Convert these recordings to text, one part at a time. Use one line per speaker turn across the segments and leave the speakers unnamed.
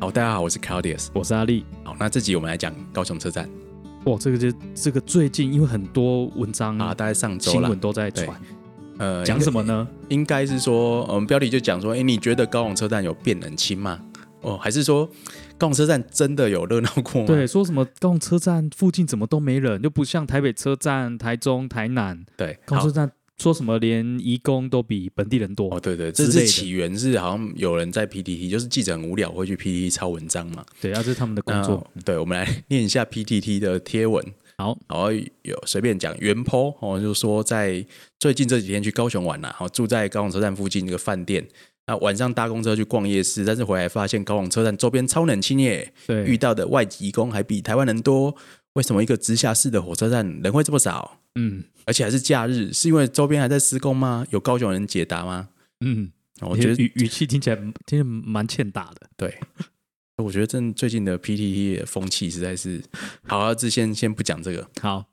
好，大家好，我是 Claudius。
我是阿力。
好，那这集我们来讲高雄车站
哇，这个就这个最近因为很多文章
啊，大概上周
嗯新
啦
闻。都在传，
呃
讲什么？呢？
应该是说，我们标题就讲说，哎，你觉得高雄车站有变冷清吗？哦，还是说高雄车站真的有热闹过吗？
对，说什么高雄车站附近怎么都没人，就不像台北车站、台中、台南
对，
高
好
雄车站，说什么连移工都比本地人多。
哦，对对，这
之
是
类的
起源是好像有人在 PTT，就是记者很无聊会去 PTT 抄文章嘛。
对，啊，这是他们的工
那
作。
对，我们来念一下 PTT 的贴文，
好，
然后有随便讲原 po 哦，就说在最近这几天去高雄玩啦、好、住在高雄车站附近一个饭店。那晚上搭公车去逛夜市，但是回来发现高雄车站周边超冷清耶，遇
对，
到的外籍工还比台湾人多。为什么一个直辖市的火车站人会这么少？
嗯
而且还是假日，是因为周边还在施工吗？有高雄人解答吗？哦
嗯，
我觉得
语语气听起来听起来蛮欠打的。
对，我觉得真最近的 PTT 的风气实在是，好啊，这先先不讲这个。
好，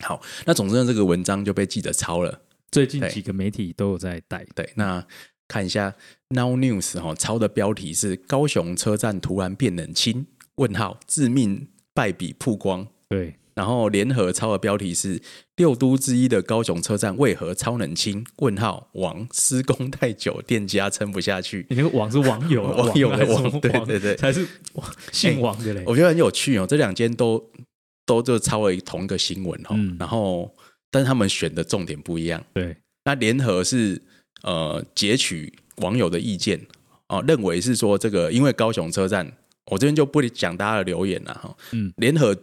好，那总之呢，这个文章就被记者抄了。
最近
对
几个媒体都有在带。
对，那看一下 Now News 哈、抄的标题是“高雄车站突然变冷清？”问号，致命败笔曝光。
对，
然后联合抄的标题是“六都之一的高雄车站为何超冷清？”问号，王施工太久，店家撑不下去。
你那个网是网友啊，
网友的
还是
网
什么
对对对哎
才是网姓王的嘞。
我觉得很有趣哦，这两间都都就抄了同一个新闻哦，
嗯
然后但是他们选的重点不一样。
对，
那联合是呃截取网友的意见哦，认为是说这个因为高雄车站，我这边就不讲大家的留言了哈、
嗯
联合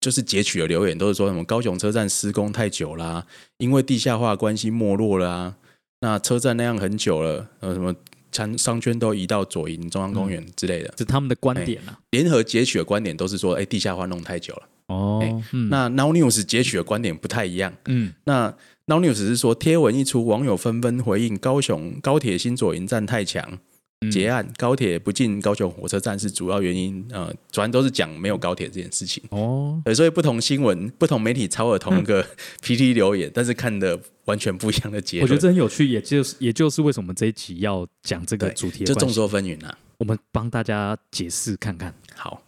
就是截取的留言都是说什么高雄车站施工太久啦、因为地下化关系没落啦、那车站那样很久了，呃什么商商圈都移到左营中央公
嗯
园之类的。
是他们的观点啊。
联合截取的观点都是说，哎、地下化弄太久了。
哦，嗯
那 Now News 截取的观点不太一样。
嗯，
那 Now News 是说，贴文一出，网友纷纷回应高雄高铁新左营站太强，
嗯
结案高铁不进高雄火车站是主要原因。呃，主要都是讲没有高铁这件事情。
哦，
对，所以不同新闻、不同媒体抄了同一 个 PT 留言，但是看的完全不一样的结
嗯我
论。
觉得这很有趣，也就是也就是为什么这一集要讲这个
对
主题的
就
关
众
系，
说纷纭啊。
我们帮大家解释看看。
好，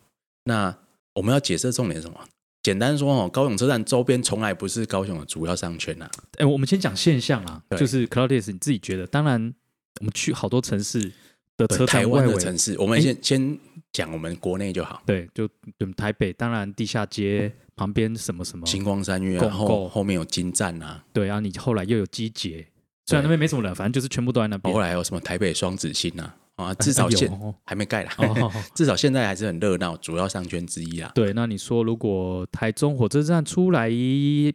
那我们要解释的重点是什么？简单说哦，高雄车站周边从来不是高雄的主要商圈呐、啊。
哎，我们先讲现象啊，
对
就是 Claudius 你自己觉得，当然我们去好多城市的
对，
车站
台湾
外
的
围
城，市，我们先、先讲我们国内就好。
对，就嗯台北，当然地下街
嗯
旁边什么什么，
星光三月啊，
共
然后
购
后面有金站啊，
对啊，你后来又有机捷，虽然那边没什么人，反正就是全部都在那
然
边
后 后。来还有什么台北双子星啊，啊，至少
有
现、
哦
还没盖啦，
哦，
至少现在还是很热闹，主要商圈之一啊啦。
对，那你说如果台中火车站出来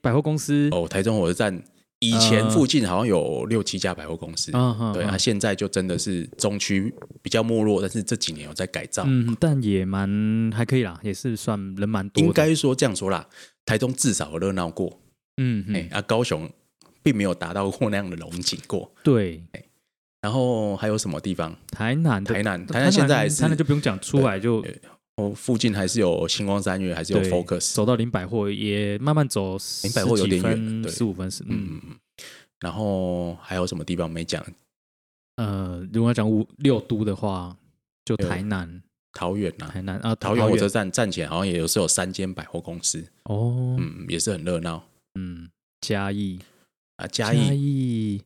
百货公司，
哦，台中火车站以前
呃
附近好像有六七家百货公司，
嗯哼
对，那、
嗯
现在就真的是中区比较没落，但是这几年有在改造。
嗯，但也蛮还可以啦，也是算人蛮多的。
应该说这样说啦，台中至少有热闹过，
嗯
哎、
嗯，
啊，高雄并没有达到过那样的龙井过。
对，
然后还有什么地方？
台南的
台南，台南现在还是
台南就不用讲，出来就
哦，附近还是有星光三月，还是有
对
Focus，
走到林百货，也慢慢走十
林百货有点
几分
远了对
十五分是嗯
嗯，嗯。然后还有什么地方没讲？
呃，如果要讲五六都的话，就
有
台南
桃园啊，
台南啊
桃园火车站站前好像也有是有三间百货公司，
哦
嗯，也是很热闹
嗯嘉义
啊。嘉义
义，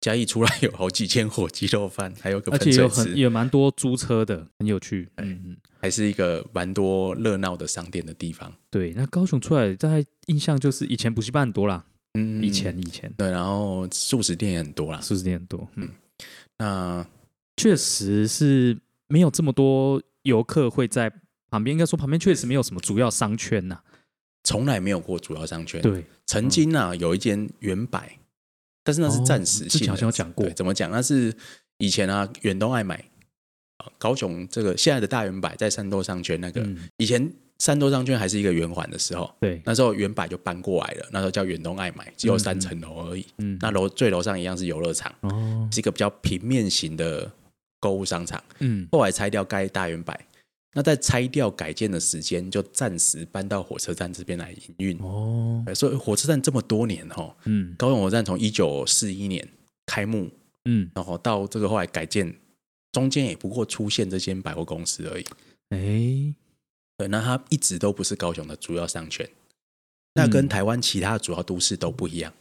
嘉义出来有好几间火鸡肉饭，还有个
而且
喷水
有很
池，
也蛮多租车的，很有趣。
哎
嗯嗯，
还是一个蛮多热闹的商店的地方。
对，那高雄出来，大概印象就是以前补习班很多啦，
嗯，
以前以前
对，然后素食店也很多啦。
素食店很多，嗯。
那
确实是没有这么多游客会在旁边，应该说旁边确实没有什么主要商圈呐、
从来没有过主要商圈，
对，
曾经啊，有一间原百，但是那是暂时
哦
性
之前
的。
好像有讲过
对，，怎么讲？那是以前啊，远东爱买啊高雄这个现在的大圆百在山东商圈那个，
嗯，
以前山东商圈还是一个圆环的时候，
对，
那时候圆百就搬过来了，那时候叫远东爱买，只有三层楼而已。
嗯，
那楼最楼上一样是游乐场，
哦，
是一个比较平面型的购物商场。
嗯，
后来拆掉盖大圆百，那在拆掉改建的时间就暂时搬到火车站这边来营运。
哦，
对所以火车站这么多年哦，
嗯
高雄火车站从一九四一年开幕，
嗯，
然后到这个后来改建，中间也不过出现这间百货公司而已。
哎，
对，那它一直都不是高雄的主要商圈，那
嗯
跟台湾其他主要都市都不一样。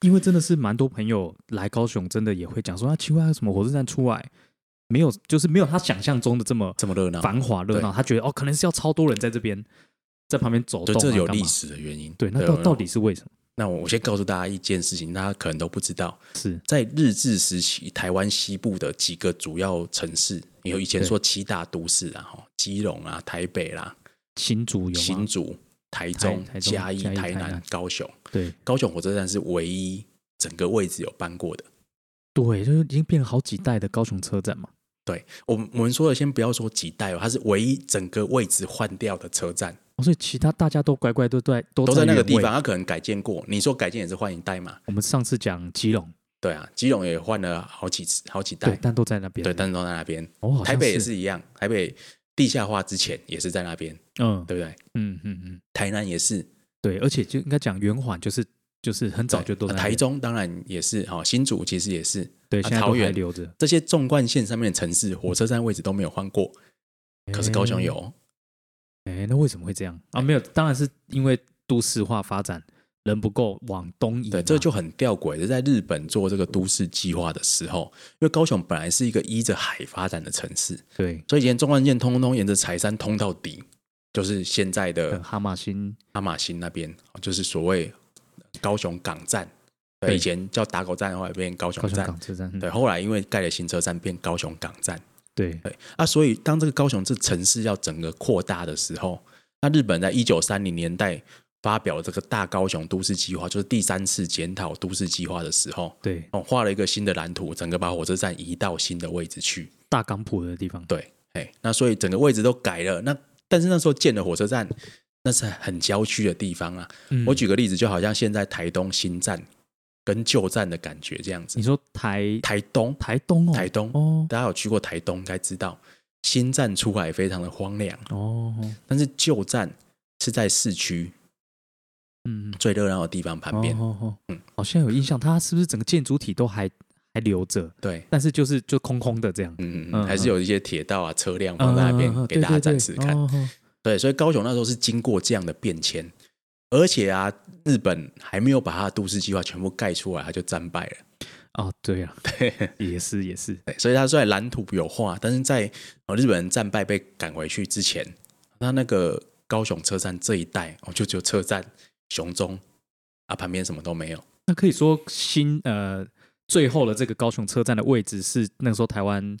因为真的是蛮多朋友来高雄，真的也会讲说啊，奇怪，什么火车站出来没有，就是没有他想象中的这么
这么热闹，
繁华热闹。他觉得哦，可能是要超多人在这边在旁边走动、
对，
啊，
这有
干
历
嘛。
史的原因。
对，那到
我
到底是为什么？
那我我先告诉大家一件事情，大家可能都不知道，
是
在日治时期，台湾西部的几个主要城市，有以前说七大都市啊，吼基隆啊、台北啦、
新竹有吗？
新竹、台中、
台台中
嘉义、
嘉义
台
台
南
南、
高雄，
对
高雄火车站是唯一整个位置有搬过的。
对，就是已经变了好几代的高雄车站嘛。
对我们我们说的，先不要说几代哦，它是唯一整个位置换掉的车站，
哦，所以其他大家都乖乖都在都
都在那个
原
地
位
方。。它可能改建过，你说改建也是换一代嘛？
我们上次讲基隆，
对啊，基隆也换了好几次、好几
对
代，，
但都在那边。
对，但是都在那边。
哦，好像
台北也
是，
是一样，台北地下化之前也是在那边，
嗯
对不对？
嗯嗯嗯，
台南也是，
对，而且就应该讲圆环，就是就是很早就都在
对
那
啊台
边
中，当然也是哈、哦，新竹其实也是
对，
啊
现在
桃
都还
园
留着。
这些纵贯线上面的城市，火车站位置都没有换过，可是高雄有哦。
哎、那为什么会这样啊？没有，当然是因为都市化发展，人不够往东移嘛。
对，这就很吊诡的，在日本做这个都市计划的时候，因为高雄本来是一个依着海发展的城市，
对。
所以以前纵贯线通通沿着柴山通到底，就是现在
呃
的
哈马星
阿马新那边，哦就是所谓高雄港站。
对
对，以前叫打狗站，后来变高雄
高雄
站。
港车站，嗯
对，后来因为盖了新车站，变高雄港站。
对
对啊，所以当这个高雄这城市要整个扩大的时候，那日本在一九三零年代发表这个大高雄都市计划，就是第三次检讨都市计划的时候，
对，
哦，画了一个新的蓝图，整个把火车站移到新的位置去。
大港埔的地方，
对，哎，那所以整个位置都改了。那但是那时候建的火车站，那是很郊区的地方啊。
嗯
我举个例子，就好像现在台东新站跟旧站的感觉这样子
嗯你。说台
台东，
台东哦，
台东
哦
大家有去过台东，应该知道新站出海非常的荒凉，
哦，
但是旧站是在市区
嗯，
最热闹的地方旁边。
哦哦哦
嗯，
好像有印象，它是不是整个建筑体都还还留着，
对，
但是就是就空空的这样，
嗯，
嗯
嗯还是有一些铁道啊、车辆放在那边给大家展示看。
嗯嗯嗯对对对哦哦
对，所以高雄那时候是经过这样的变迁，而且啊，日本还没有把它的都市计划全部盖出来，它就战败了。
哦，对啊，也是也是，
对，所以它虽然蓝图有画，但是在呃日本人战败被赶回去之前，那那个高雄车站这一带哦，就只有车站、雄中啊，旁边什么都没有。
那可以说新呃最后的这个高雄车站的位置是那时候台湾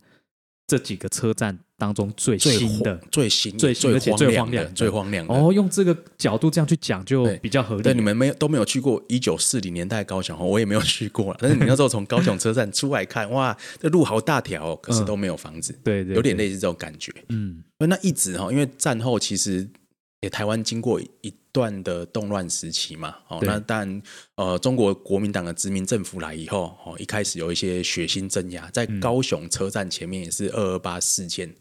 这几个车站当中最
最
新
荒
的。
最新、
最新
最
而且最
凉
荒凉
的、
的
最荒凉的。
哦，用这个角度这样去讲就
对
比较合理。
对，你们没有都没有去过一九四零年代高雄，哦我也没有去过啦。但是你那时候从高雄车站出来看，哇，这路好大条、哦，可是都没有房子，
嗯对对，
有点
对，
类似这种感觉。
嗯，
那一直哈、哦，因为战后其实也台湾经过一段的动乱时期嘛，哦，
对
那但呃，中国国民党的殖民政府来以后，哦，一开始有一些血腥镇压，在
嗯
高雄车站前面也是二二八事件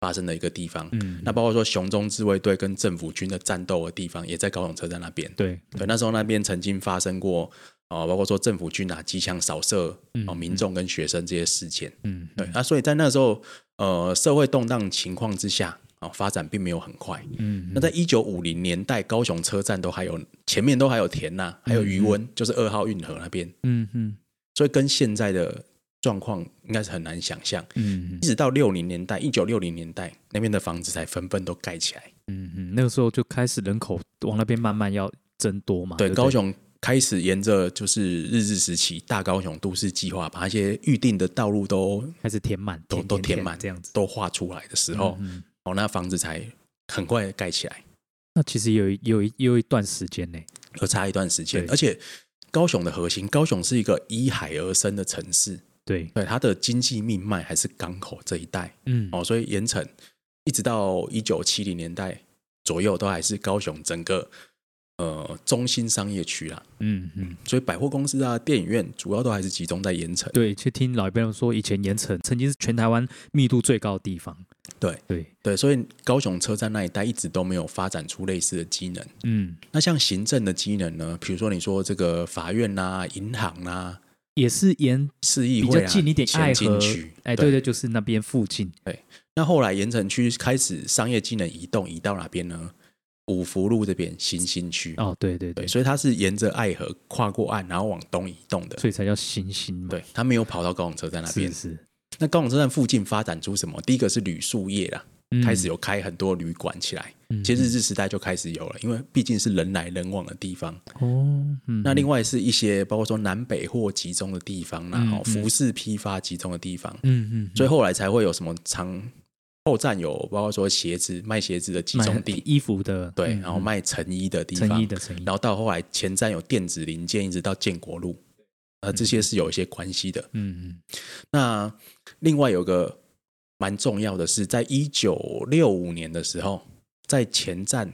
发生的一个地方。
嗯
那包括说雄中自卫队跟政府军的战斗的地方，也在高雄车站那边。
对
对，那时候那边曾经发生过哦、包括说政府军啊机枪扫射
嗯
哦民众跟学生这些事件。
嗯，
对，啊那所以在那时候呃社会动荡情况之下哦，发展并没有很快。
嗯，
那在一九五零年代，高雄车站都还有前面都还有田呐、还有余温，就是二号运河那边，
嗯嗯
所以跟现在的状况应该是很难想象。
嗯
一直到六零年代，一九六零年代那边的房子才纷纷都盖起来。
嗯嗯，那个时候就开始人口往那边慢慢要增多嘛。
对，
对不对，
高雄开始沿着就是日治时期大高雄都市计划，把一些预定的道路都
开始填满，
都都填满
这样子。
都画出来的时候，
嗯嗯
哦，那房子才很快盖起来，
那其实有一有一有一段时间呢，
有差一段时间。
对
而且高雄的核心，高雄是一个依海而生的城市，
对，
对它的经济命脉还是港口这一带
嗯，
哦，所以盐城一直到一九七零年代左右，都还是高雄整个呃中心商业区啦。
嗯嗯，
所以百货公司啊、电影院主要都还是集中在盐城。
对，去听老一辈人说，以前盐城曾经是全台湾密度最高的地方。
对
对，
对，所以高雄车站那一带一直都没有发展出类似的机能。
嗯，
那像行政的机能呢？比如说你说这个法院啦、银行啦、
也是沿
市议
比
会
较
啊，
近一点
前
爱哎
进
河
区，，
哎，对对，就是那边附近。
对。那后来盐城区开始商业机能移动，移到哪边呢？五福路这边新兴区。
哦，对对对
嗯对，，所以它是沿着爱河跨过岸，然后往东移动的。
所以才叫新兴嘛。
对，它没有跑到高雄车站那
是
边。
是，
那高雄车站附近发展出什么？第一个是旅宿业啦，
嗯
开始有开很多旅馆起来。
嗯
其实日治时代就开始有了，因为毕竟是人来人往的地方。
哦，嗯
那另外是一些包括说南北货集中的地方啦，
嗯
哦，
嗯
服饰批发集中的地方，
嗯嗯，
所以
以
后来才会有什么长后站有包括说鞋子卖鞋子的集中地，
衣服的
对，
嗯
然后卖成衣的地
成
方
衣，的成衣，
然后到后来前站有电子零件，一直到建国路，呃，这些是有一些关系的。
嗯
那另外有个蛮重要的是，在一九六五年的时候，在前站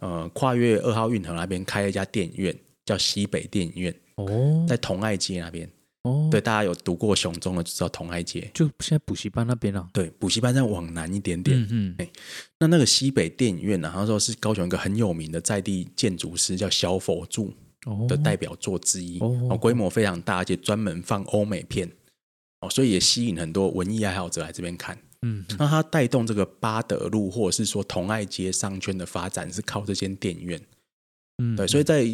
呃跨越二号运河那边开了一家电影院，叫西北电影院，
嗯，哦，
在同爱街那边。
哦
对，，大家有读过《熊中》的就知道同爱街。
就现在补习班那边了。
对，补习班再往南一点点，哎
嗯嗯，
那那个西北电影院呢、啊他说是高雄一个很有名的在地建筑师叫小佛柱
哦
的代表作之一，
哦
哦，规模非常大，而且专门放欧美片，哦，所以也吸引很多文艺爱好者来这边看。
嗯嗯
那它带动这个巴德路或者是说同爱街商圈的发展，是靠这间电影院。
嗯，
对，所以在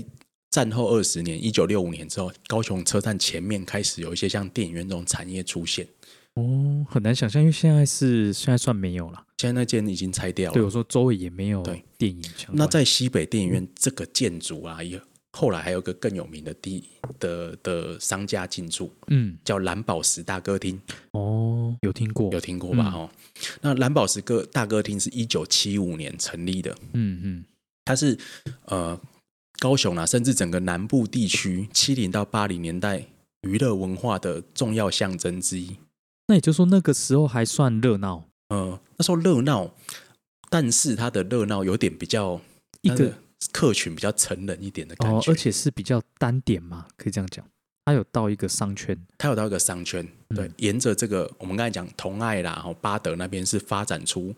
战后二十年，一九六五年之后，高雄车站前面开始有一些像电影院这种产业出现。
哦，很难想象，因为现在是现在算没有了。
现在那间已经拆掉
对，我
了。
说周围也没有
对
电影相关。
那在西北电影院这个建筑啊，也后来还有个更有名的地的的商家进驻，
嗯
叫蓝宝石大歌厅，
哦，有听过，
有听过吧？
嗯
哦，那蓝宝石歌大歌厅是一九七五年成立的，
嗯嗯
它是呃高雄啊，甚至整个南部地区七零到八零年代娱乐文化的重要象征之一。
那也就是说那个时候还算热闹，
呃，那时候热闹，但是它的热闹有点比较
一
它的
个
客群比较成人一点的感
哦，
觉，
而且是比较单点嘛，可以这样讲，它有到一个商圈，
它有到一个商圈，对，
嗯
沿着这个我们刚才讲同爱啦，然后巴德那边是发展出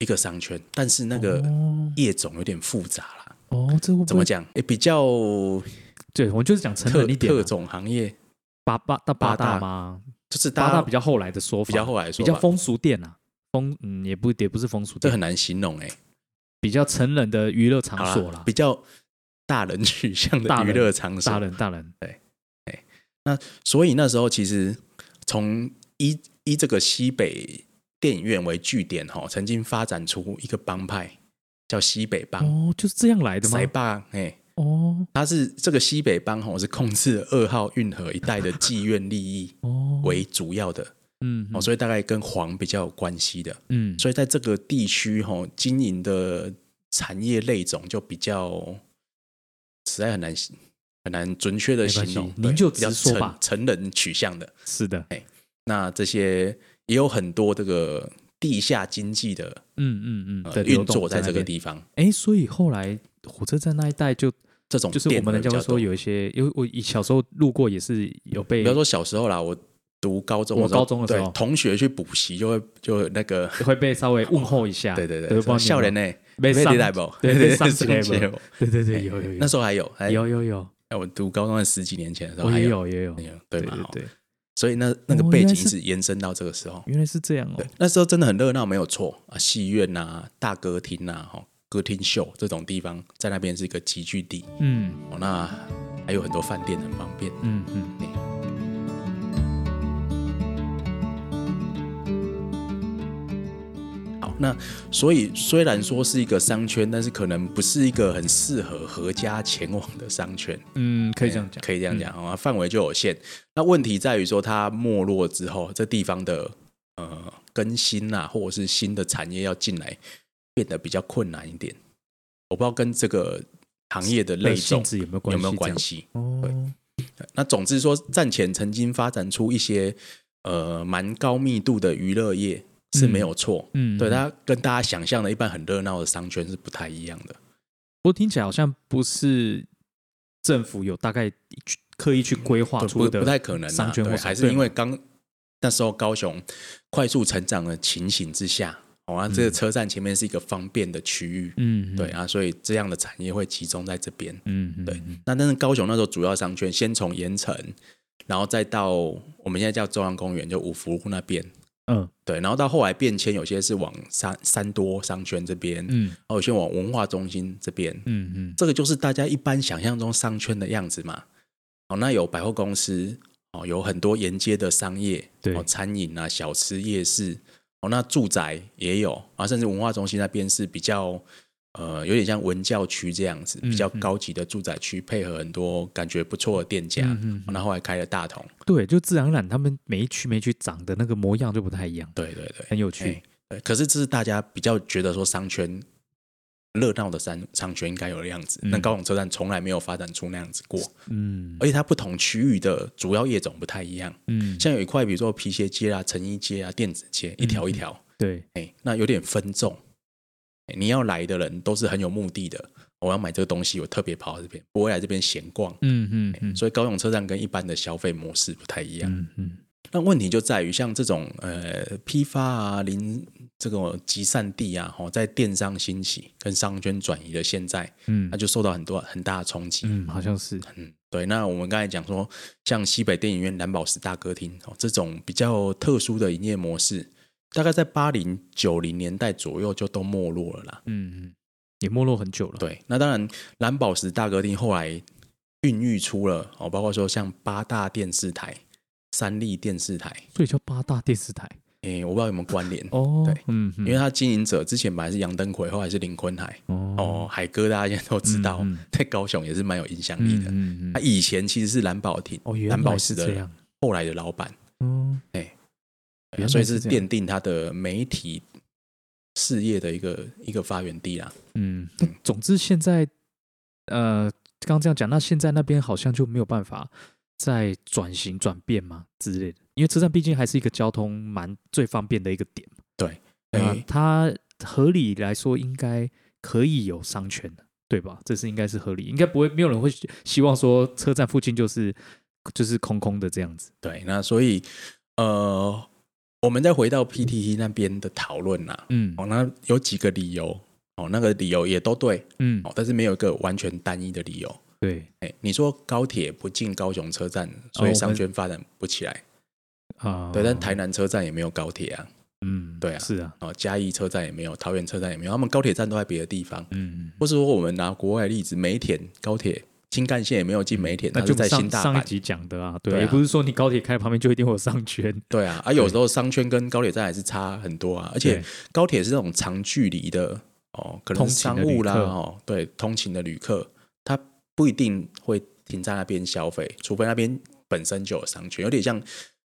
一个商圈，但是那个
哦
业种有点复杂啦。
哦，这会不会
怎么？讲？也比较
对，我就是讲成
特
人一点啊
特
嘛，
种行业，
八八到
八
八
大
大吗？
就是大
八
家
大比较后来的说法，
比较后来说
比较
吧
风俗店啊，风嗯也不也不是风俗
这
店，
很难形容哎、
比较成人的娱乐场
好
所
啦
啦，
比较大人取向的
大
娱
人
乐场
大
所。
人大人，
所以那时候其实从以以这个西北电影院为据点哈、哦，曾经发展出一个帮派叫西北帮，
哦，就是这样来的吗
塞？霸哎，
哦
它是这个西北帮吼、是控制了二号运河一带的妓院利益
哦，
为主要的
嗯
哦，所以大概跟黄比较有关系的。
嗯，
所以在这个地区哈、经营的产业类种就比较实在很难形很难准确的
没关
形容
系，
对
您就
比较
直说吧
成成人取向的。
是的，
哎那这些也有很多这个地下经济的、
嗯嗯嗯
呃
的流
运
动
作在这
那
个
边
地方，
哎，所以后来火车站那一带就
这种
就是我
店
们人
会比
家会
较
说
多。
有一些，因为我以小时候路过也是有被
比方说小时候啦，我读高中
我
的时候，
高中的时候
对同学去补习就会就那个，
会被稍微问候一下，
对对
对，
对，
不知
说
道你有
笑
没有
脸呢，
被上
你来不？
对
对
被上
上
节
节
目
目
对对对，有有有，
哎那时候还有，还
有有有，
哎我读高中的十几年前的时候
我
还
也
有。
有也有，
那个对
对
嘛？
对
哦
对，
所以那那个
哦
背
原来
景一
是
直延伸到这个时候。
原来是这样哦
对，，那时候真的很热闹，没有错啊，戏院呐、大歌厅呐、哦，歌厅秀这种地方，在那边是一个集聚地。
嗯
哦，那还有很多饭店很方便。
嗯嗯，
好，那所以虽然说是一个商圈，但是可能不是一个很适合合家前往的商圈。
嗯，可以这样讲，
可以这样讲啊，范围就有限。那问题在于说，它没落之后，这地方的呃更新啊，或者是新的产业要进来，变得比较困难一点。我不知道跟这个行业的类
那呃性
种
质有没有关
有
系？
没有关？系。
哦，
那总之说，战前曾经发展出一些呃蛮高密度的娱乐业是没有错，
嗯，
对
嗯。
它跟大家想象的一般很热闹的商圈是不太一样的。
不过听起来好像不是政府有大概去刻意去规划
不
出
不
的，
不太可能、啊，
商圈
对
或什么
还是
对
因为刚那时候高雄快速成长的情形之下，哦，啊、这个车站前面是一个方便的区域，
嗯嗯，嗯
对，啊，所以这样的产业会集中在这边。
嗯，嗯
对
嗯
那但是高雄那时候主要商圈先从盐城，然后再到我们现在叫中央公园，就五福路那边，
嗯
对，然后到后来变迁，有些是往三三多商圈这边，然
嗯
后有些往文化中心这边，
嗯嗯
这个就是大家一般想象中商圈的样子嘛。哦，那有百货公司，哦，有很多沿街的商业，
对
哦，餐饮啊、小吃、夜市，哦，那住宅也有啊，甚至文化中心那边是比较。呃，有点像文教区这样子，
嗯
比较
嗯
高级的住宅区，配合很多感觉不错的店家。哦
嗯嗯嗯
那、后来开了大同，
对，就自然而然他们每一区每一区长的那个模样就不太一样，
对对对，
很有
哎
趣。
对，可是这是大家比较觉得说商圈热闹的商商圈应该有的样子。
嗯
那高雄车站从来没有发展出那样子过，
嗯
而且它不同区域的主要业种不太一样。
嗯，
像有一块，比如说皮鞋街啊、成衣街啊、电子街，一条一条，
对，
哎、那有点分众。哎你要来的人都是很有目的的，我要买这个东西，我特别跑到这边，不会来这边闲逛。
嗯嗯
哎
嗯，
所以高雄车站跟一般的消费模式不太一样。
嗯嗯
那问题就在于像这种呃批发啊、零这个集散地啊，吼，在电商兴起跟商圈转移的现在，
嗯
那就受到很多很大的冲击。
嗯，好像是
嗯，对。那我们刚才讲说，像西北电影院蓝宝石大歌厅哦，这种比较特殊的营业模式，大概在八零九零年代左右就都没落了啦。
嗯嗯，也没落很久了。
对，那当然蓝宝石大歌厅后来孕育出了哦，包括说像八大电视台、三立电视台，
所以叫八大电视台
诶，我不知道有没有关联。
哦
对，
嗯，
因为他经营者之前本来是杨登魁，后来是林坤海。哦，海哥大家现在都知道，
嗯嗯
在高雄也是蛮有影响力
嗯
的。
嗯
他
嗯，
以前其实是蓝宝亭，
哦，原
蓝宝
来
石
是
的
这样，
后来的老板，
嗯，原来
所以
是
是
这样
奠定他的媒体事业的一个一个发源地啦。
嗯，总之现在，呃，刚刚这样讲，那现在那边好像就没有办法再转型转变嘛之类的，因为车站毕竟还是一个交通蛮最方便的一个点嘛。
哎、
那它合理来说应该可以有商圈的，对吧？这是应该是合理，应该不会没有人会希望说车站附近就是就是空空的这样子。
对，那所以呃，我们再回到 PTT 那边的讨论啦。
嗯
哦，那有几个理由哦，那个理由也都对
嗯，
哦，但是没有一个完全单一的理由。
对
哎，你说高铁不进高雄车站，所
哦我
以
们
商圈发展不起来。
啊，
对，但台南车站也没有高铁啊，
嗯
对啊
是啊，
哦，嘉义车站也没有，桃园车站也没有，他们高铁站都在别的地方。
嗯，
或是说，我们拿国外的例子，梅田高铁新干线也没有进梅田，
那
它
就是
在
上
新大
上一
阪。
集讲的啊，对，
对啊
也不是说你高铁开旁边就一定会有商圈，
对啊，啊，有时候商圈跟高铁站还是差很多 啊，而且
对
高铁是那种长距离的哦，可能是
通勤
商
的旅
务啦，
客
哦，对，通勤的旅客，他不一定会停在那边消费，除非那边本身就有商圈，有点像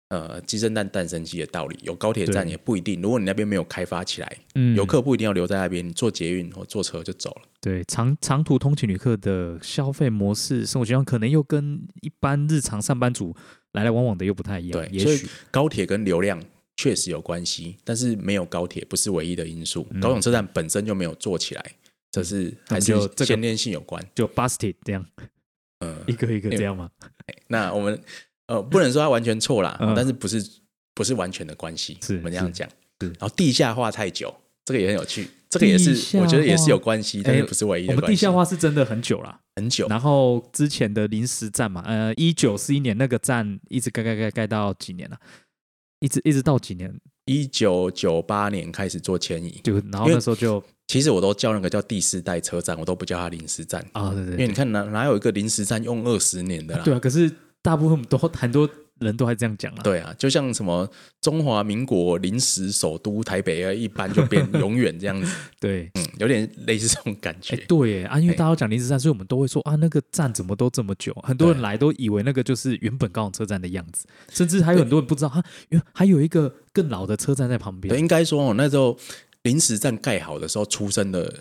呃鸡生蛋蛋生鸡的道理，有高铁站
对
也不一定，如果你那边没有开发起来，
嗯
游客不一定要留在那边，你坐捷运或坐车就走了。
对长长途通勤旅客的消费模式、生活习惯，可能又跟一般日常上班族来来往往的又不太一样。
对，
也
所以
许
高铁跟流量确实有关系，但是没有高铁不是唯一的因素。
嗯
高雄车站本身就没有做起来，这是还是
那么就这个
先天性有关。
就 busted 这样，
嗯，
一个一个这样嘛。
那我们呃不能说它完全错啦，
嗯
但是不是不是完全的关系，
是
我们这样讲。
是
然后地下化太久，这个也很有趣，这个也
地
是
下化哎
我觉得也是有关系，但是不是唯一
我
的
们
关系。
地下化是真的很久了，
很久，
然后之前的临时站嘛，呃，一九四一年那个站一直盖盖盖盖到几年了、一直一直到几年，
一九九八年开始做迁移，
就然后
因为
那时候就
其实我都叫那个叫第四代车站，我都不叫它临时站。
啊，对对
因
对
为你看哪哪有一个临时站用二十年的啦？
对啊，可是大部分我们都 很多人都还这样讲啊，
对啊，就像什么中华民国临时首都台北啊一般就变永远这样 子，
对，
嗯，有点类似这种感觉。
哎、对耶啊，因为
哎
大家都讲临时站，所以我们都会说啊，那个站怎么都这么久？啊很多人
对嗯
来都以为那个就是原本高雄车站的样子，甚至还有很多人不知道啊，原还有一个更老的车站在旁
对，
边。
应该说哦，那时候临时站盖好的时候，出生的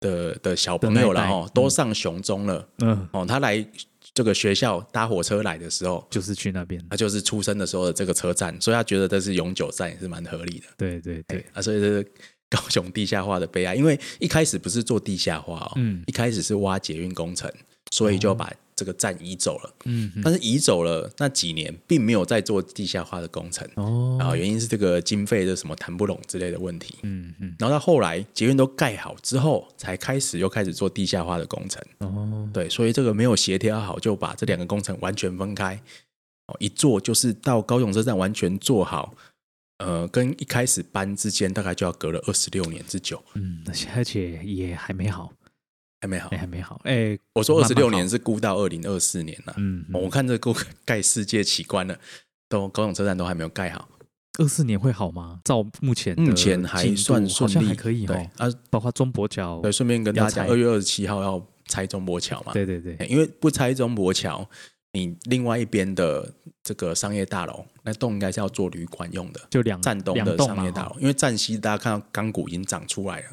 的的小朋友
的那
啦
一代
哦
嗯，
都上雄中了、
嗯，
哦，他来这个学校搭火车来的时候。
就是去那边。
他就是出生的时候的这个车站，所以他觉得这是永久站也是蛮合理的
对对对，
啊，所以这是高雄地下化的悲哀。因为一开始不是做地下化哦，
嗯
一开始是挖捷运工程，所以就把这个站移走了。
哦嗯嗯
但是移走了那几年，并没有再做地下化的工程
哦，
啊，原因是这个经费的什么谈不拢之类的问题。
嗯嗯
然后到后来捷运都盖好之后，才开始又开始做地下化的工程。
哦，
对，所以这个没有协调好，就把这两个工程完全分开。哦，一做就是到高雄车站完全做好呃跟一开始搬之间大概就要隔了二十六年之久，
嗯，而且也还没好，
哦还没好
哎、。还没好，哎、
我说二十六
慢慢
年
好
是估到二零二四年了、
嗯，
哦我看这个盖世界奇观了，都高雄车站都还没有盖好，
二四年会好吗？照目前的
目前还
嗯进度
算顺
好像
利，
还可以
对
哦。
啊，
包括中博角，
对，顺便跟大家讲，
要拆
二月二十七号要拆中博桥嘛，
对对对，
欸因为不拆中博桥，你另外一边的这个商业大楼那栋应该是要做旅馆用的，
就两
站东
两
的
栋
商
嘛
业大
哈
楼，因为站西大家看到钢骨已经长出来了，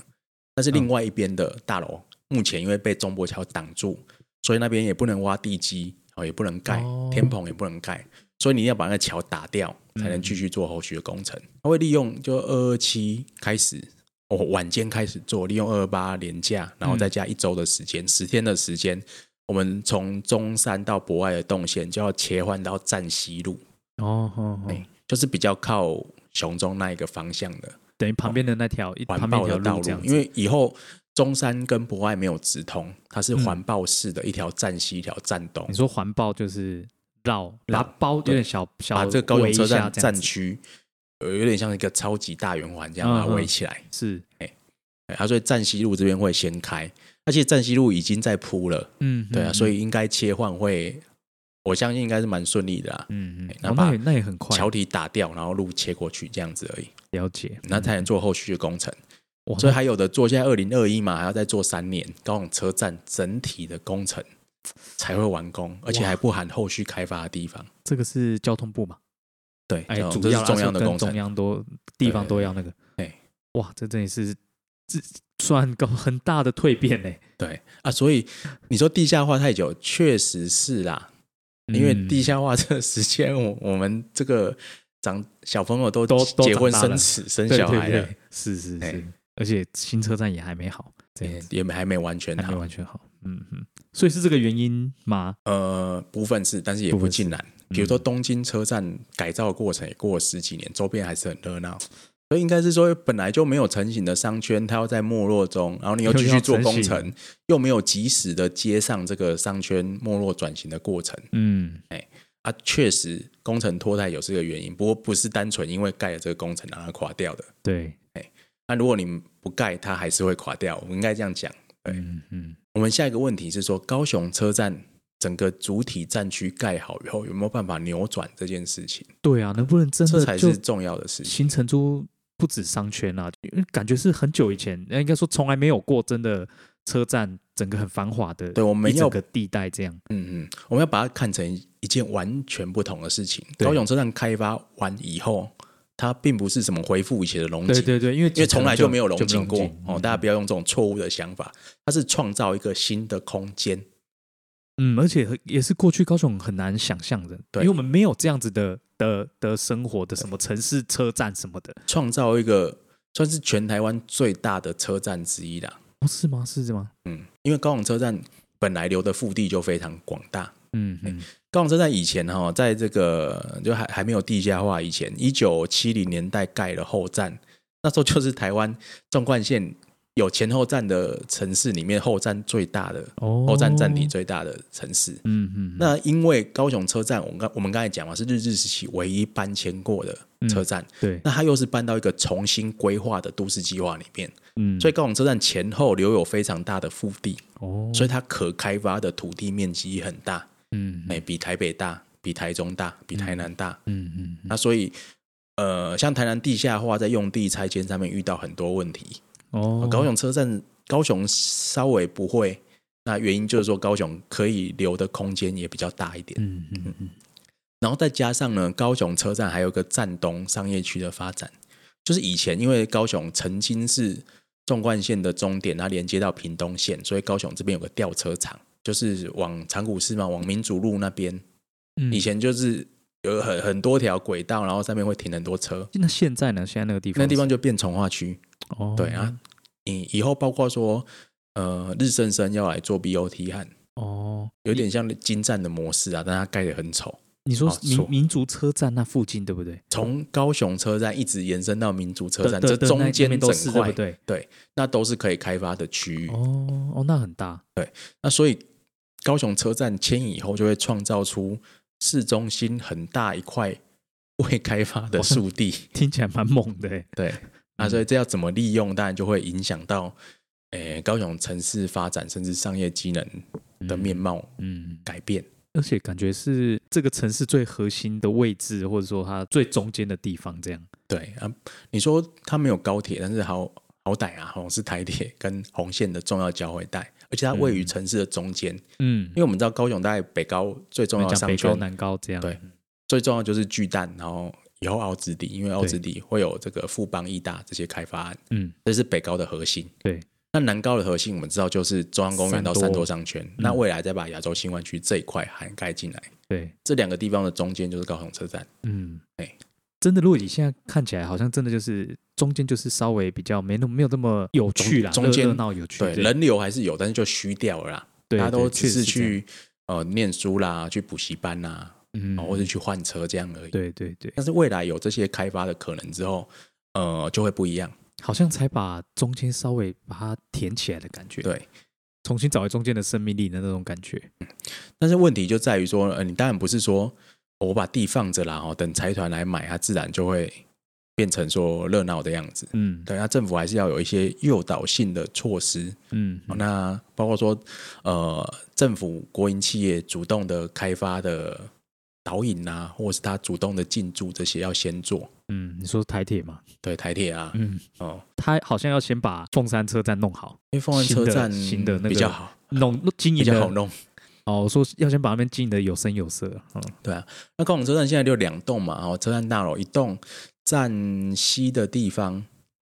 但是
嗯
另外一边的大楼、目前因为被中博桥挡住，所以那边也不能挖地基，哦，也不能盖、
哦
天棚，也不能盖。所以你要把那个桥打掉，才能
嗯
继续做后续的工程。它会利用就二二七开始，哦，晚间开始做，利用二二八连假，然
嗯
后再加一周的时间，十、天的时间，我们从中山到博爱的动线就要切换到站西路，
哦哦哦，
哎就是比较靠雄中那一个方向的
等于旁边的那条一
环
旁边
保
一
的
条
道
这样
路，
子，
因为以后中山跟博爱没有直通，它是环抱式的一条站西，一条站东
嗯你，说环抱就是绕
绕
把它包有
对
点小小
把这个高雄
围一
车
下
站
这样
站
子
区，呃，有点像一个超级大圆环这样把它
嗯嗯
围起来。
是
对啊，所以站西路这边会先开，而且站西路已经在铺了，
嗯
对啊，所
以
以应该切换会，我相信应该是蛮顺利的啦。
嗯嗯
哎，那
哦
把
那也那也很快
桥体打掉，然后路切过去这样子而已，
了解，嗯
那才能做后续的工程。
哇
所以还有的做，现在二零二一嘛，还要再做三年，高雄车站整体的工程才会完工，而且还不含后续开发的地方。
这个是交通部嘛？
对，
哎，
哦这种
主
这
要
是
啊
中央的
跟
工
中
程，
央都地方都要那个。
对，
哇，这真的是这算个很大的蜕变呢。
对啊，所以你说地下化太久，确实是啦，因为
嗯
地下化这个时间，我我们这个长小朋友都
都都
结婚
长大
生
了
子生
对
小
对
孩
对
了，
是是
哎
是，而且新车站也还没好，这样子
也也还没完全
还没
好。
完全好。嗯嗯，所以是这个原因吗？
呃，部分是，但是也
部
不
分是
尽然。比如说
嗯
东京车站改造的过程也过了十几年，周边还是很热闹。所以应该是说，本来就没有成型的商圈，它要在没落中，然后你又
又
继续
要
做
成
工
型
程，又没有及时的接上这个商圈没落转型的过程。
嗯，
啊，确实工程拖太有这个原因，不过不是单纯因为盖了这个工程让它垮掉的。
对，
那、如果你不盖，它还是会垮掉。我们应该这样讲。对
嗯嗯，
我们下一个问题是说，高雄车站整个主体站区盖好以后，有没有办法扭转这件事情？
对啊，能不能真
这
的
才
就是
重要的事情。
形成出不止商圈啊，因为感觉是很久以前，呃应该说从来没有过真的车站整个很繁华的，
对我们
一
要
整个地带这样，
嗯嗯，我们要把它看成一件完全不同的事情。
对
高雄车站开发完以后，它并不是什么回复以前的龙
对
井，
对对，因为
因为从来就没有
龙
龙井过哦。大家
别
不要用这种错误的想法，它是创造一个新的空间。
嗯，而且也是过去高雄很难想象的，
对
因为我们没有这样子的的的生活的什么城市车站什么的，
创造一个算是全台湾最大的车站之一啦。
哦，是吗？是吗？
嗯，因为高雄车站本来留的腹地就非常广大。
嗯嗯，
高雄车站以前哈、在这个就还还没有地下化以前，一九七零年代盖了后站，那时候就是台湾纵贯线有前后站的城市里面后站最大的，
哦，
后站占地，最大的城市。
嗯嗯，
那因为高雄车站，我们刚我们刚才讲嘛，是日治时期唯一搬迁过的
嗯
车站，
对，
那它又是搬到一个重新规划的都市计划里面，
嗯，
所以高雄车站前后留有非常大的腹地，
哦，
所以它可开发的土地面积也很大，
嗯
哎、比台北大，比台中大，比台南大。
嗯嗯，
那所以，呃，像台南地下化在用地拆迁上面遇到很多问题，
哦，
高雄车站高雄稍微不会。那原因就是说，高雄可以留的空间也比较大一点，
嗯嗯嗯，
然后再加上呢，高雄车站还有一个站东商业区的发展，就是以前因为高雄曾经是纵贯线的终点，它连接到屏东县，所以高雄这边有个吊车厂，就是往长谷寺嘛，往民族路那边，
嗯
以前就是有很很多条轨道，然后上面会停很多车，
那现在呢？现嗯在那个地方
那地
是
方就变从化区。
哦，
对啊，以以后包括说，呃，日升升要来做 BOT 汉，
哦，
有点像金站的模式啊，但它盖得很丑。
你说
好错
民民族车站那附近对不对？
从高雄车站一直延伸到民族车站，
的
这
的的那
中
那
间
边都是
整
对
块
不对？
那都是可以开发的区域。
哦哦，那很大，
那所以高雄车站迁移以后，就会创造出市中心很大一块未开发
哦
的树地。
听起来蛮猛的、欸。
对，那所以这要怎么利用，当然就会影响到诶、高雄城市发展甚至商业机能的面貌
嗯，
改变。
而且感觉是这个城市最核心的位置，或者说它最中间的地方，这样。
对啊，你说它没有高铁，但是好好歹啊，好像是台铁跟红线的重要交汇带，而且它位于城市的中间。
嗯
因，为我们知道高雄大概北高最重要的
讲
商
北高
圈，
南高这样。
对最重要就是巨蛋，然后以后奥子底，因为奥子底会有这个富邦、义大这些开发案，
嗯，
这是北高的核心。
对，
那南高的核心我们知道就是中央公园到
三多嗯
三多商圈，那未来再把亚洲新湾区这一块涵盖进来，
对，
这两个地方的中间就是高雄车站。
嗯，
哎
真的，如果你现在看起来，好像真的就是中间就是稍微比较没那么没有那么有趣啦，
中中间
热热闹有趣，
对，人流还是有，但是就虚掉了啦，
对
大家都
对
只
确实
是
是这样，
去呃念书啦，去补习班啦，
嗯，
哦或者去换车这样而已。
对对对，
但是未来有这些开发的可能之后，呃，就会不一样。
好像才把中间稍微把它填起来的感觉，，
对，
重新找回中间的生命力的那种感觉，
但是问题就在于说，呃，你当然不是说哦我把地放着啦，哦，等财团来买，它自然就会变成说热闹的样子。
嗯
对，那政府还是要有一些诱导性的措施。
嗯
哦那包括说，呃，政府国营企业主动的开发的导引啊，或者是它主动的进驻这些要先做。
嗯，你说台铁嘛，
对，台铁啊，
嗯，
哦，
他好像要先把凤山车站弄好，
因为凤凰
新
车
的
站
新的那个
比较好，
弄经
比
营
较好
的
弄。
哦，我说要先把那边经营的有声有色，嗯
那高雄车站现在就两栋嘛，哦，车站大楼一栋站西的地方，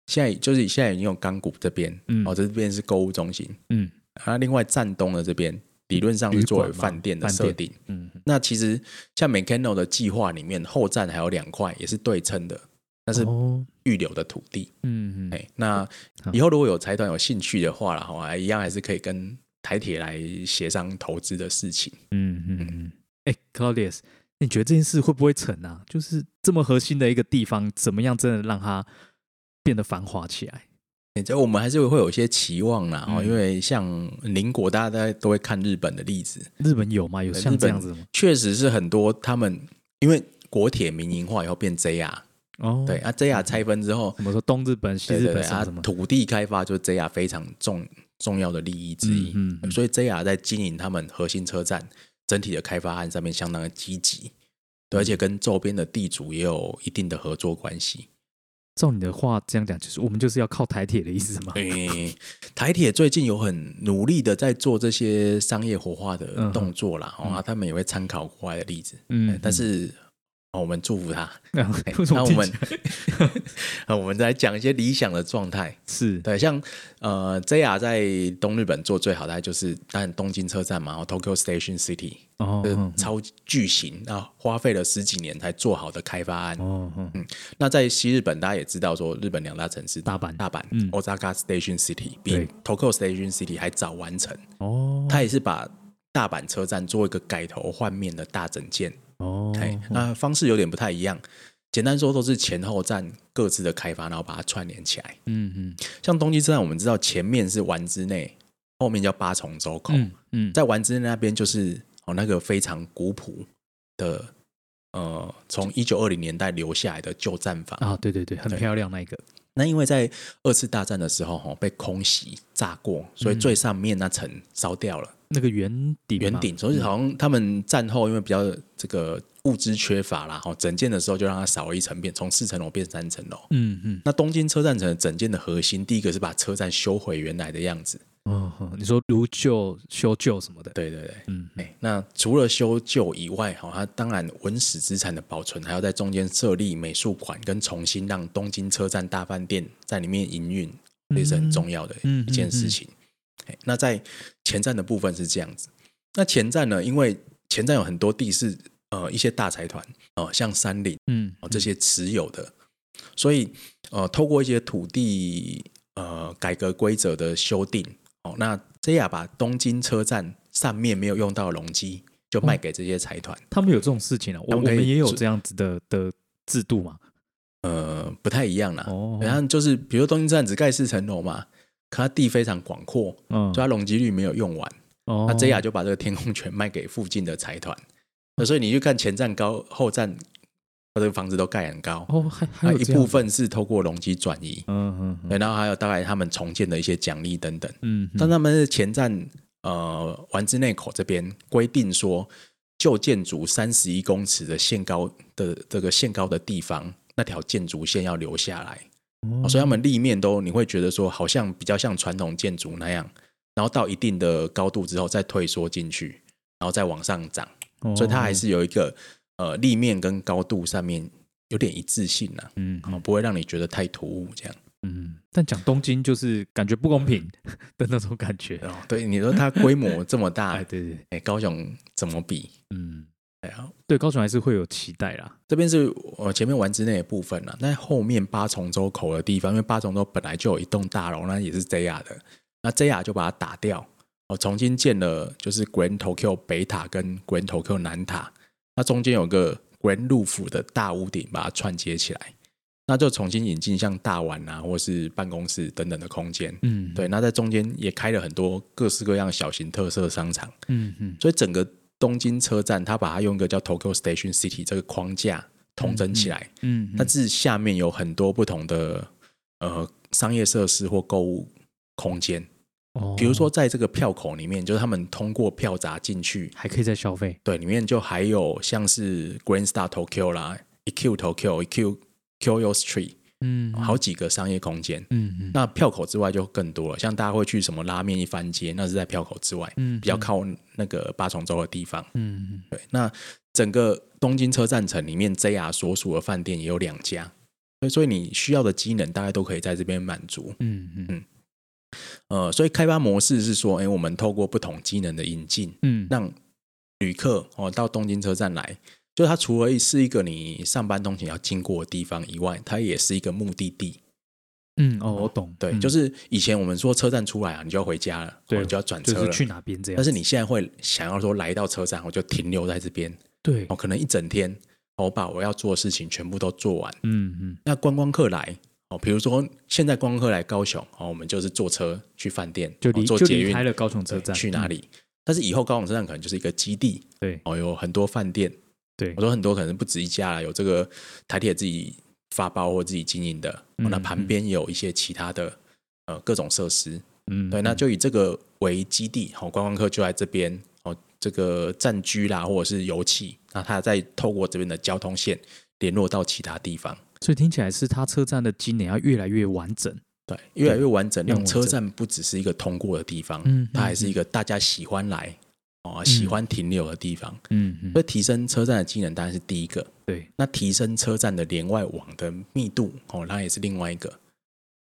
现在就是现在已经有钢骨这边，
嗯
哦，这边是购物中心，
嗯
啊，另外站东的这边理论上是作为
旅馆嘛
饭店的
饭
设
店
定。
嗯
那其实像 Mecano 的计划里面，后站还有两块也是对称的，那是
哦
预留的土地。
嗯嗯
哎、那
好
以后如果有财团有兴趣的话啦，哈，一样还是可以跟台铁来协商投资的事情。
嗯嗯嗯，哎，Claudius，你觉得这件事会不会成啊？就是这么核心的一个地方，怎么样真的让它变得繁华起来？
欸这我们还是会有一些期望啦，哦、
嗯
因为像邻国，大家大概都会看日本的例子，
日本有吗？有
对
像
日
这
本
样子吗？
确实是很多他们因为国铁民营化以后变 JR，、
哦，
对，啊 JR 拆分之后，
怎么说东日本、西
对
日
对
本
对
什么
啊
什么？
土地开发就是 JR 非常重重要的利益之一，
嗯嗯嗯
所以 JR 在经营他们核心车站整体的开发案上面相当的积极，对，而且跟周边的地主也有一定的合作关系。
照你的话这样讲，就是我们就是要靠台铁的意思吗？
诶，台铁最近有很努力的在做这些商业活化的动作啦，
嗯
哦，啊他们也会参考国外的例子，
嗯
但是、哦我们祝福他。哎
为什么
那我
听
们
起来
我们来讲一些理想的状态，
是
对，像呃，JR 在东日本做最好的就是当然东京车站嘛，然后哦 Tokyo Station City，
哦
这
嗯
呃超巨型，那、花费了十几年才做好的开发案。
哦嗯嗯
那在西日本，大家也知道说，日本两大城市
大阪
大阪、
嗯
Osaka Station City 比
对
Tokyo Station City 还早完成。
哦
它也是把大阪车站做一个改头换面的大整建，
哦
哎、那方式有点不太一样。简单说，都是前后站各自的开发，然后把它串联起来。
嗯嗯
像东京车站，我们知道前面是丸之内，后面叫八重洲口。
嗯嗯
在丸之内那边就是哦那个非常古朴的呃，从一九二零年代留下来的旧站房。
啊对对对，很
对
漂亮那一个
那因为在二次大战的时候，哈、哦被空袭炸过，所以最上面那层烧掉了。
那个圆顶
圆
嘛
顶，所以好像他们战后因为比较这个物资缺乏啦，哦，整建的时候就让它少了一层，变从四层楼变三层楼。
嗯嗯
那东京车站城整建的核心，第一个是把车站修回原来的样子，
哦，
嗯
哦你说如旧修旧什么的，
对对对。
嗯，
哎，那除了修旧以外，哈、它当然文史资产的保存，还要在中间设立美术馆，跟重新让东京车站大饭店在里面营运，这是很重要的
嗯嗯
一件事情。哎那在前站的部分是这样子，那前站呢，因为前站有很多地是呃一些大财团哦，像三菱
嗯，
哦这些持有的，所以呃透过一些土地呃改革规则的修订哦，那 JR 把东京车站上面没有用到的容积就卖给这些财团，
他们有这种事情啊，我
他
我
们可以
们也有
做
这样子的的制度嘛，
呃不太一样啦。
哦
然后就是比如说东京车站只盖四层楼嘛，可它地非常广阔，
嗯
所以它容积率没有用完。
哦
那 JR 就把这个天空权卖给附近的财团。那所以你去看前站高后站它这个房子都盖很高，
哦，还还
那
有
一
这样
部，分是透过容积转移，
嗯嗯
对，然后还有大概他们重建的一些奖励等等。
嗯，
但他们是前站呃丸之内口这边规定说，旧建筑三十一公尺的限高的这个限高的地方，那条建筑线要留下来。
嗯
哦所以他们立面都你会觉得说，好像比较像传统建筑那样，然后到一定的高度之后再退缩进去，然后再往上涨，
以
所以它还是有一个呃立面跟高度上面有点一致性呐、
嗯
啊，哦，不会让你觉得太突兀这样。
嗯，但讲东京就是感觉不公平 的那种感觉。
哦，嗯对，你说它规模这么大
哎，，对对，对
哎，高雄怎么比？
嗯，
哎呀，
对高雄还是会有期待啦。
这边是我前面玩之内的部分啦，那后面八重洲口的地方，因为八重洲本来就有一栋大楼，那也是 JR 的，那 JR 就把它打掉，哦，重新建了就是 Grand Tokyo 北塔跟 Grand Tokyo 南塔，那中间有个 Grand 路府的大屋顶把它串接起来，那就重新引进像大碗啊，或是办公室等等的空间。
嗯，
对，那在中间也开了很多各式各样小型特色商场，
嗯嗯
所以整个东京车站，它把它用一个叫 Tokyo Station City 这个框架统整起来，
嗯，
但是下面有很多不同的呃商业设施或购物空间，
哦
比如说在这个票口里面，就是他们通过票闸进去，
还可以再消费。
对，里面就还有像是 Grand Star Tokyo 啦、EQ Tokyo、EQ Kyoto Street
嗯，
好，几个商业空间。
嗯嗯，
那票口之外就更多了，像大家会去什么拉面一番街，那是在票口之外，
嗯
比较，靠那个八重洲的地方。
嗯嗯
对，那整个东京车站城里面，JR 所属的饭店也有两家，对所以你需要的机能大概都可以在这边满足。
嗯嗯
呃，所以开发模式是说，哎，我们透过不同机能的引进，
嗯，
让旅客哦到东京车站来，就它除了是一个你上班通勤要经过的地方以外，它也是一个目的地。
嗯哦，我懂，
对，
嗯
就是以前我们说车站出来啊，你就要回家了，
对
哦你就要转车
就
了。
是去哪啊边这样
但
子。
是你现在会想要说来到车站，我就停留在这边，
对
我、，哦可能一整天，哦我把我要做的事情全部都做完。
嗯嗯
那观光客来哦，比如说现在观光客来高雄哦，我们就是坐车去饭店，
就离
哦、坐
就
捷
离
运
开了高雄
对
车站
去哪
嗯
里？但是以后高雄车站可能就是一个基地
对
哦，有很多饭店，
对
我，说很多可能不止一家啦，有这个台铁自己发包或自己经营的，哦
嗯、
那旁边也有一些其他的呃各种设施，
嗯
对，那
嗯
就以这个为基地，好、观光客就在这边哦，这个暂居啦，或者是游憩，那他再透过这边的交通线联络到其他地方，
所以听起来是它车站的机能要越来越完整。
对，越来越完整，
对
让车
更完整
站不只是一个通过的地方，
嗯
它还是一个大家喜欢来哦，喜欢停留的地方。
嗯嗯
所以提升车站的机能当然是第一个，
对，
那提升车站的连外网的密度哦，那也是另外一个。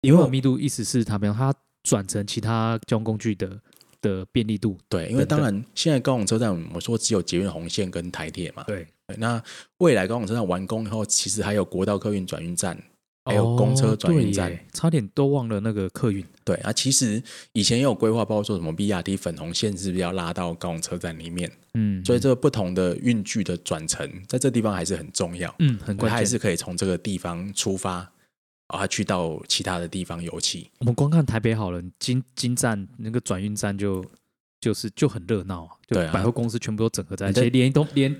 因为密度意思是它，比方它转成其他交通工具的的便利度。
对，因为
等
当
等
然现在高雄车站，我们说只有捷运红线跟台铁嘛，
对，
对那未来高雄车站完工以后，其实还有国道客运转运站，还有公车转运站。
对耶差点都忘了那个客运。
对啊，其实以前也有规划，包括说什么 BRT 粉红线是不是要拉到高雄车站里面？
嗯，
所以这个不同的运具的转乘，在这地方还是很重要。
嗯很
它还
关
是
键。
可以从这个地方出发，啊，去到其他的地方游憩。
我们光看台北好了，金金站那个转运站就就是就很热闹啊，就
对啊
百货公司全部都整合在一
你在
起，连都连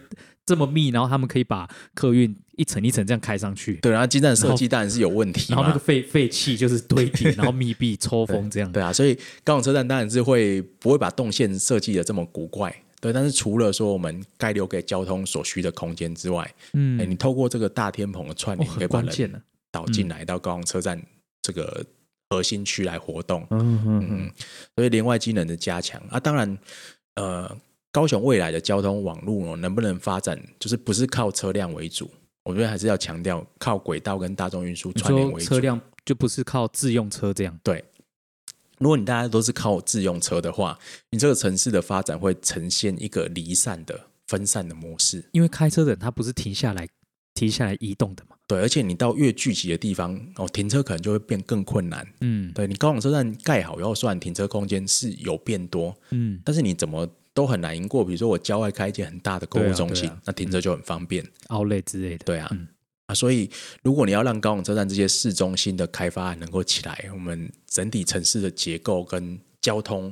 这么密，然后他们可以把客运一层一层这样开上去。
对，然后基站设计当然是有问题
然后那个
嘛。
废废气就是 堆积，然后密闭抽风这样。
对啊，所以高雄车站当然是会不会把动线设计的这么古怪？对，但是除了说我们该留给交通所需的空间之外，哎、
嗯，
你透过这个大天棚的串
哦，
联，可以
很
把
关
人
键嗯的。
导进来到高雄车站这个核心区来活动。
嗯嗯
嗯，所以连外机能的加强啊，当然，呃，高雄未来的交通网络、哦、能不能发展，就是不是靠车辆为主，我觉得还是要强调靠轨道跟大众运输
你
串联
说
为
车
主。
辆就不是靠自用车这样，
如果你大家都是靠自用车的话，你这个城市的发展会呈现一个离散的分散的模式。
因为开车的人他不是停下来停下来移动的嘛。
对，而且你到越聚集的地方，哦，停车可能就会变更困难。
嗯，
对你高雄车站盖好以后，虽然停车空间是有变多，
嗯，
但是你怎么都很难赢过。比如说我郊外开一间很大的购
对
物
啊
中
对
心，
啊
那停车就很方便。
奥类之类的。
对啊，
嗯
啊，所以如果你要让高雄车站这些市中心的开发案能够起来，我们整体城市的结构跟交通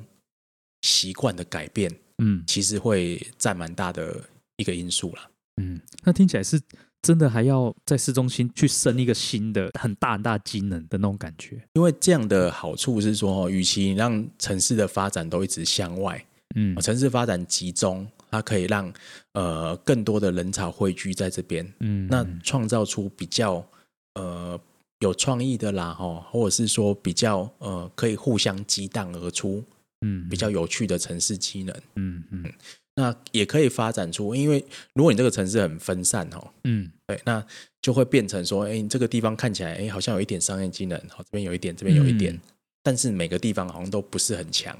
习惯的改变，
嗯
其实会占蛮大的一个因素啦。
嗯，那听起来是真的还要在市中心去升一个新的很大很大的机能的那种感觉。
因为这样的好处是说，哦与其让城市的发展都一直向外，
嗯
呃城市发展集中，它可以让呃更多的人潮汇聚在这边，
嗯
那创造出比较呃有创意的啦，哦，或者是说比较呃可以互相激荡而出
嗯
比较有趣的城市机能。
嗯嗯
那也可以发展出，因为如果你这个城市很分散哦，
嗯
对，那就会变成说，哎，你这个地方看起来，哎，好像有一点商业机能，好，这边有一点，这边有一点，
嗯
但是每个地方好像都不是很强，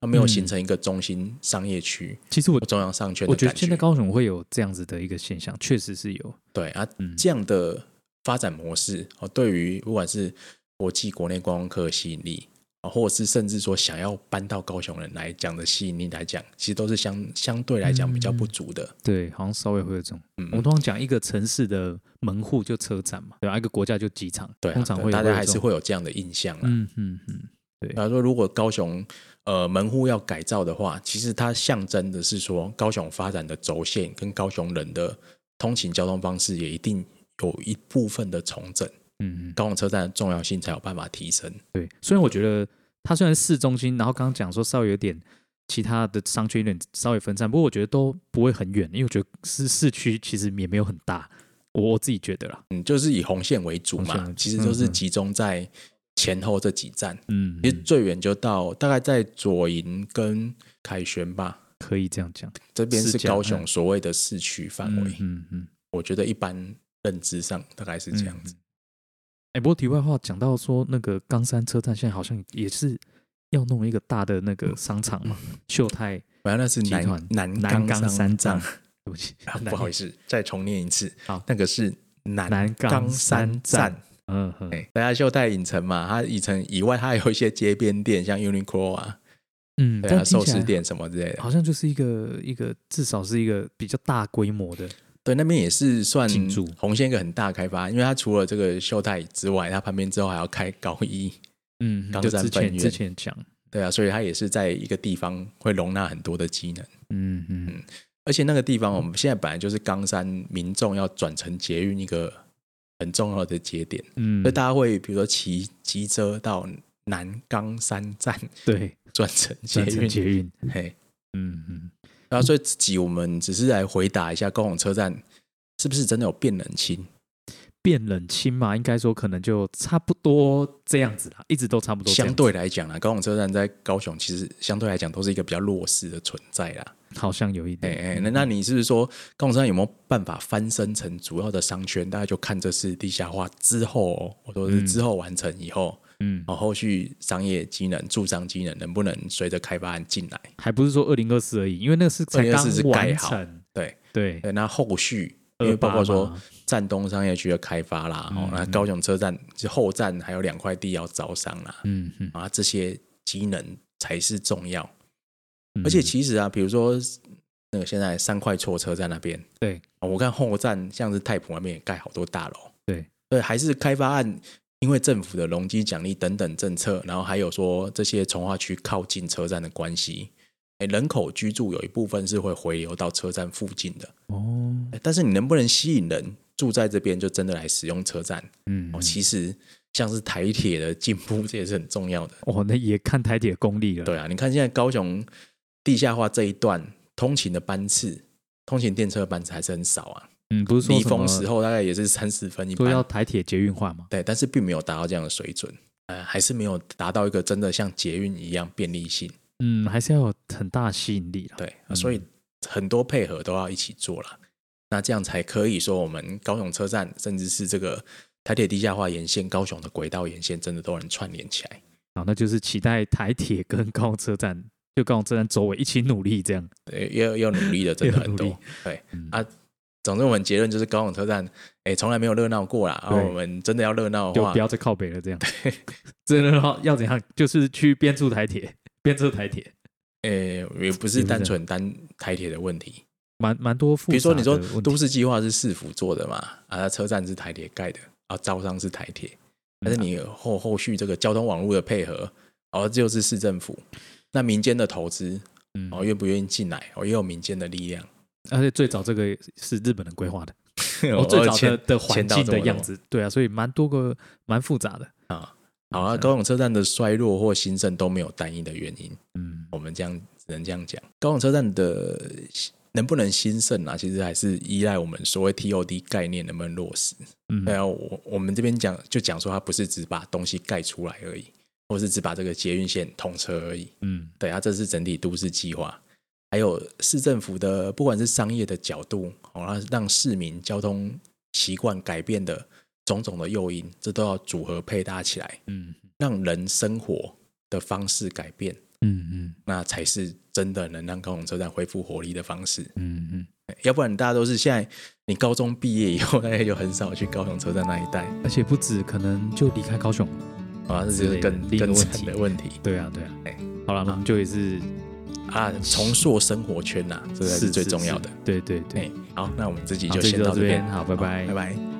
它没有形
嗯
成一个中心商业区、
其实我
或中央商圈的
我
感觉。
觉得现在高雄会有这样子的一个现象，确实是有。
对啊，
嗯
这样的发展模式哦，对于不管是国际、国内观光客的吸引力啊，或者是甚至说想要搬到高雄人来讲的吸引力来讲，其实都是相相对来讲比较
嗯
不足的。
对，好像稍微会有这种。
嗯，
我们通常讲一个城市的门户就车站嘛，对吧？一个国家就机场，
对啊、
通常
对
会有
大家还
这
是
种。
会有这样的印象啦。啊
嗯嗯嗯，对
比方说，如果高雄呃门户要改造的话，其实它象征的是说高雄发展的轴线跟高雄人的通勤交通方式也一定有一部分的重整，
嗯嗯，
高雄车站的重要性才有办法提升。
对。虽然我觉得它虽然是市中心，然后刚刚讲说稍微有点其他的商圈有点稍微分散，不过我觉得都不会很远，因为我觉得市市区其实也没有很大，我我自己觉得啦。
嗯，就是以红线为主
红线
嘛
为，主
其实都是
嗯嗯
集中在前后这几站，
嗯，
其实
嗯
最远就到大概在左营跟凯旋吧，
可以这样讲
这边是
市郊
高
嗯
雄所谓的市区范围。
嗯嗯嗯，
我觉得一般认知上大概是这样子。
嗯。嗯哎、不过题外话讲到说，那个冈山车站现在好像也是要弄一个大的那个商场嘛，秀泰
本来那是
集团
南嗯 南
南冈
冈
山站
站，，
对不起
啊， 不好意
思，
思，再重念一次。
好
那个是南
南冈
冈
山
山
站
站，
嗯哼，
哎，大家秀带影城嘛，它影城以外，它还有一些街边店，像 Uniqlo 啊，
嗯，
对
但
啊，
听
寿
起来
司店什么之类的。
好像就是一个一个至少是一个比较大规模的，
对，那边也是算
进驻
红线一个很大的开发，因为它除了这个秀泰之外，它旁边之后还要开高一，
嗯，
冈
就
山
之
分
前
院
之前讲，
对啊，所以它也是在一个地方会容纳很多的机能，
嗯嗯，
而且那个地方我们现在本来就是冈山民众要转成捷运一个很重要的节点，
嗯，
所以大家会比如说骑机车到南冈山站
对，
转成捷
转成
运，
捷运，
嘿，
嗯嗯，
然后所以自己我们只是来回答一下高雄车站是不是真的有变冷清？
变冷清嘛，应该说可能就差不多这样子啦，一直都差不多这样
相
子，
对来讲啦，高雄车站在高雄其实相对来讲都是一个比较弱势的存在啦。
好像有一
哎
点，
哎，那那你是不是说高雄车站有没有办法翻身成主要的商圈？大家就看这次地下化之后、哦，我说是
嗯
之后完成以后，哦
嗯，
然后后续商业机能、住商机能能不能随着开发案进来？
还不是说二零二四而已，因为那个是才刚
2024是
完
盖好
成，
对
对，
对，那后续因
二
为
八
包括说
嘛，
站东商业区的开发啦，
嗯
哦，那
嗯
高雄车站就后站还有两块地要招商啦，
嗯嗯，
啊，这些机能才是重要。
嗯
而且其实啊，比如说那个现在三块错车站那边，
对
啊我看后站像是太浦那边也盖好多大楼，
对
对，还是开发案，因为政府的容积奖励等等政策，然后还有说这些从化区靠近车站的关系，哎，人口居住有一部分是会回流到车站附近的，
哦，
哎但是你能不能吸引人住在这边，就真的来使用车站？
嗯
哦，其实像是台铁的进步， 这也是很重要的。
哦，那也看台铁的功力了，
对啊，你看现在高雄地下化这一段通勤的班次，通勤电车的班次还是很少啊。
嗯，不是说
离
什么
峰时候大概也是三十分一
说要
班，
台铁捷运化嘛，
对，但是并没有达到这样的水准，呃，还是没有达到一个真的像捷运一样便利性。
嗯，还是要有很大的吸引力啦，
对，
嗯
所以很多配合都要一起做啦。那这样才可以说，我们高雄车站甚至是这个台铁地下化沿线、高雄的轨道沿线，真的都能串联起来。
好，那就是期待台铁跟高雄车站，就高雄车站周围一起努力这样，
对要要努力的真的
要
很
努力
多。对
嗯
啊，总之我们结论就是高雄车站，哎，从来没有热闹过啦。然后
对
我们真的要热闹的
就
话
不，要再靠北了这样，真的要要怎样，就是去边住台铁，边住台铁，
哎，也不
也不是
是单纯单台铁的问题。
蛮蛮多复
比如说，你
杂
说
的问
都
题
市计划是市府做的嘛？啊，它车站是台铁盖的，啊，招商是台铁，
嗯
但是你后后续这个交通网络的配合，哦，就是市政府。那民间的投资，
嗯
哦，愿不愿意进来？哦，也有民间的力量。
而且最早这个是日本人规划的， 哦，最早的
签
的环
签到
境
这
的
么
样
多
子，对啊，所以蛮多个蛮复杂的，
好
嗯
啊，高雄车站的衰落或兴盛都没有单一的原因，
嗯
我们这样只能这样讲。高雄车站的能不能兴盛啊，其实还是依赖我们所谓 TOD 概念能不能落实。
嗯，
对啊，我我们这边讲就讲说，它不是只把东西盖出来而已，或是只把这个捷运线通车而已。
嗯
对啊，这是整体都市计划，还有市政府的，不管是商业的角度，哦，让让市民交通习惯改变的种种的诱因，这都要组合配搭起来，
嗯
让人生活的方式改变，
嗯嗯
那才是真的能让高雄车站恢复活力的方式。
嗯嗯，
要不然大家都是现在你高中毕业以后， 大家就很少去高雄车站那一带。
而且不止可能就离开高雄，
啊，这
之
就是
类的
更
另一个
更
问
惨
题
的问题
对啊对啊
哎，
好了，那我们就也是
啊！重塑生活啊圈呐、这才是最重要的。
对对对
哎，，好，那我们这集
好
就
这集
先
就
到
到
这
这
边
边，好
好
拜拜
拜拜。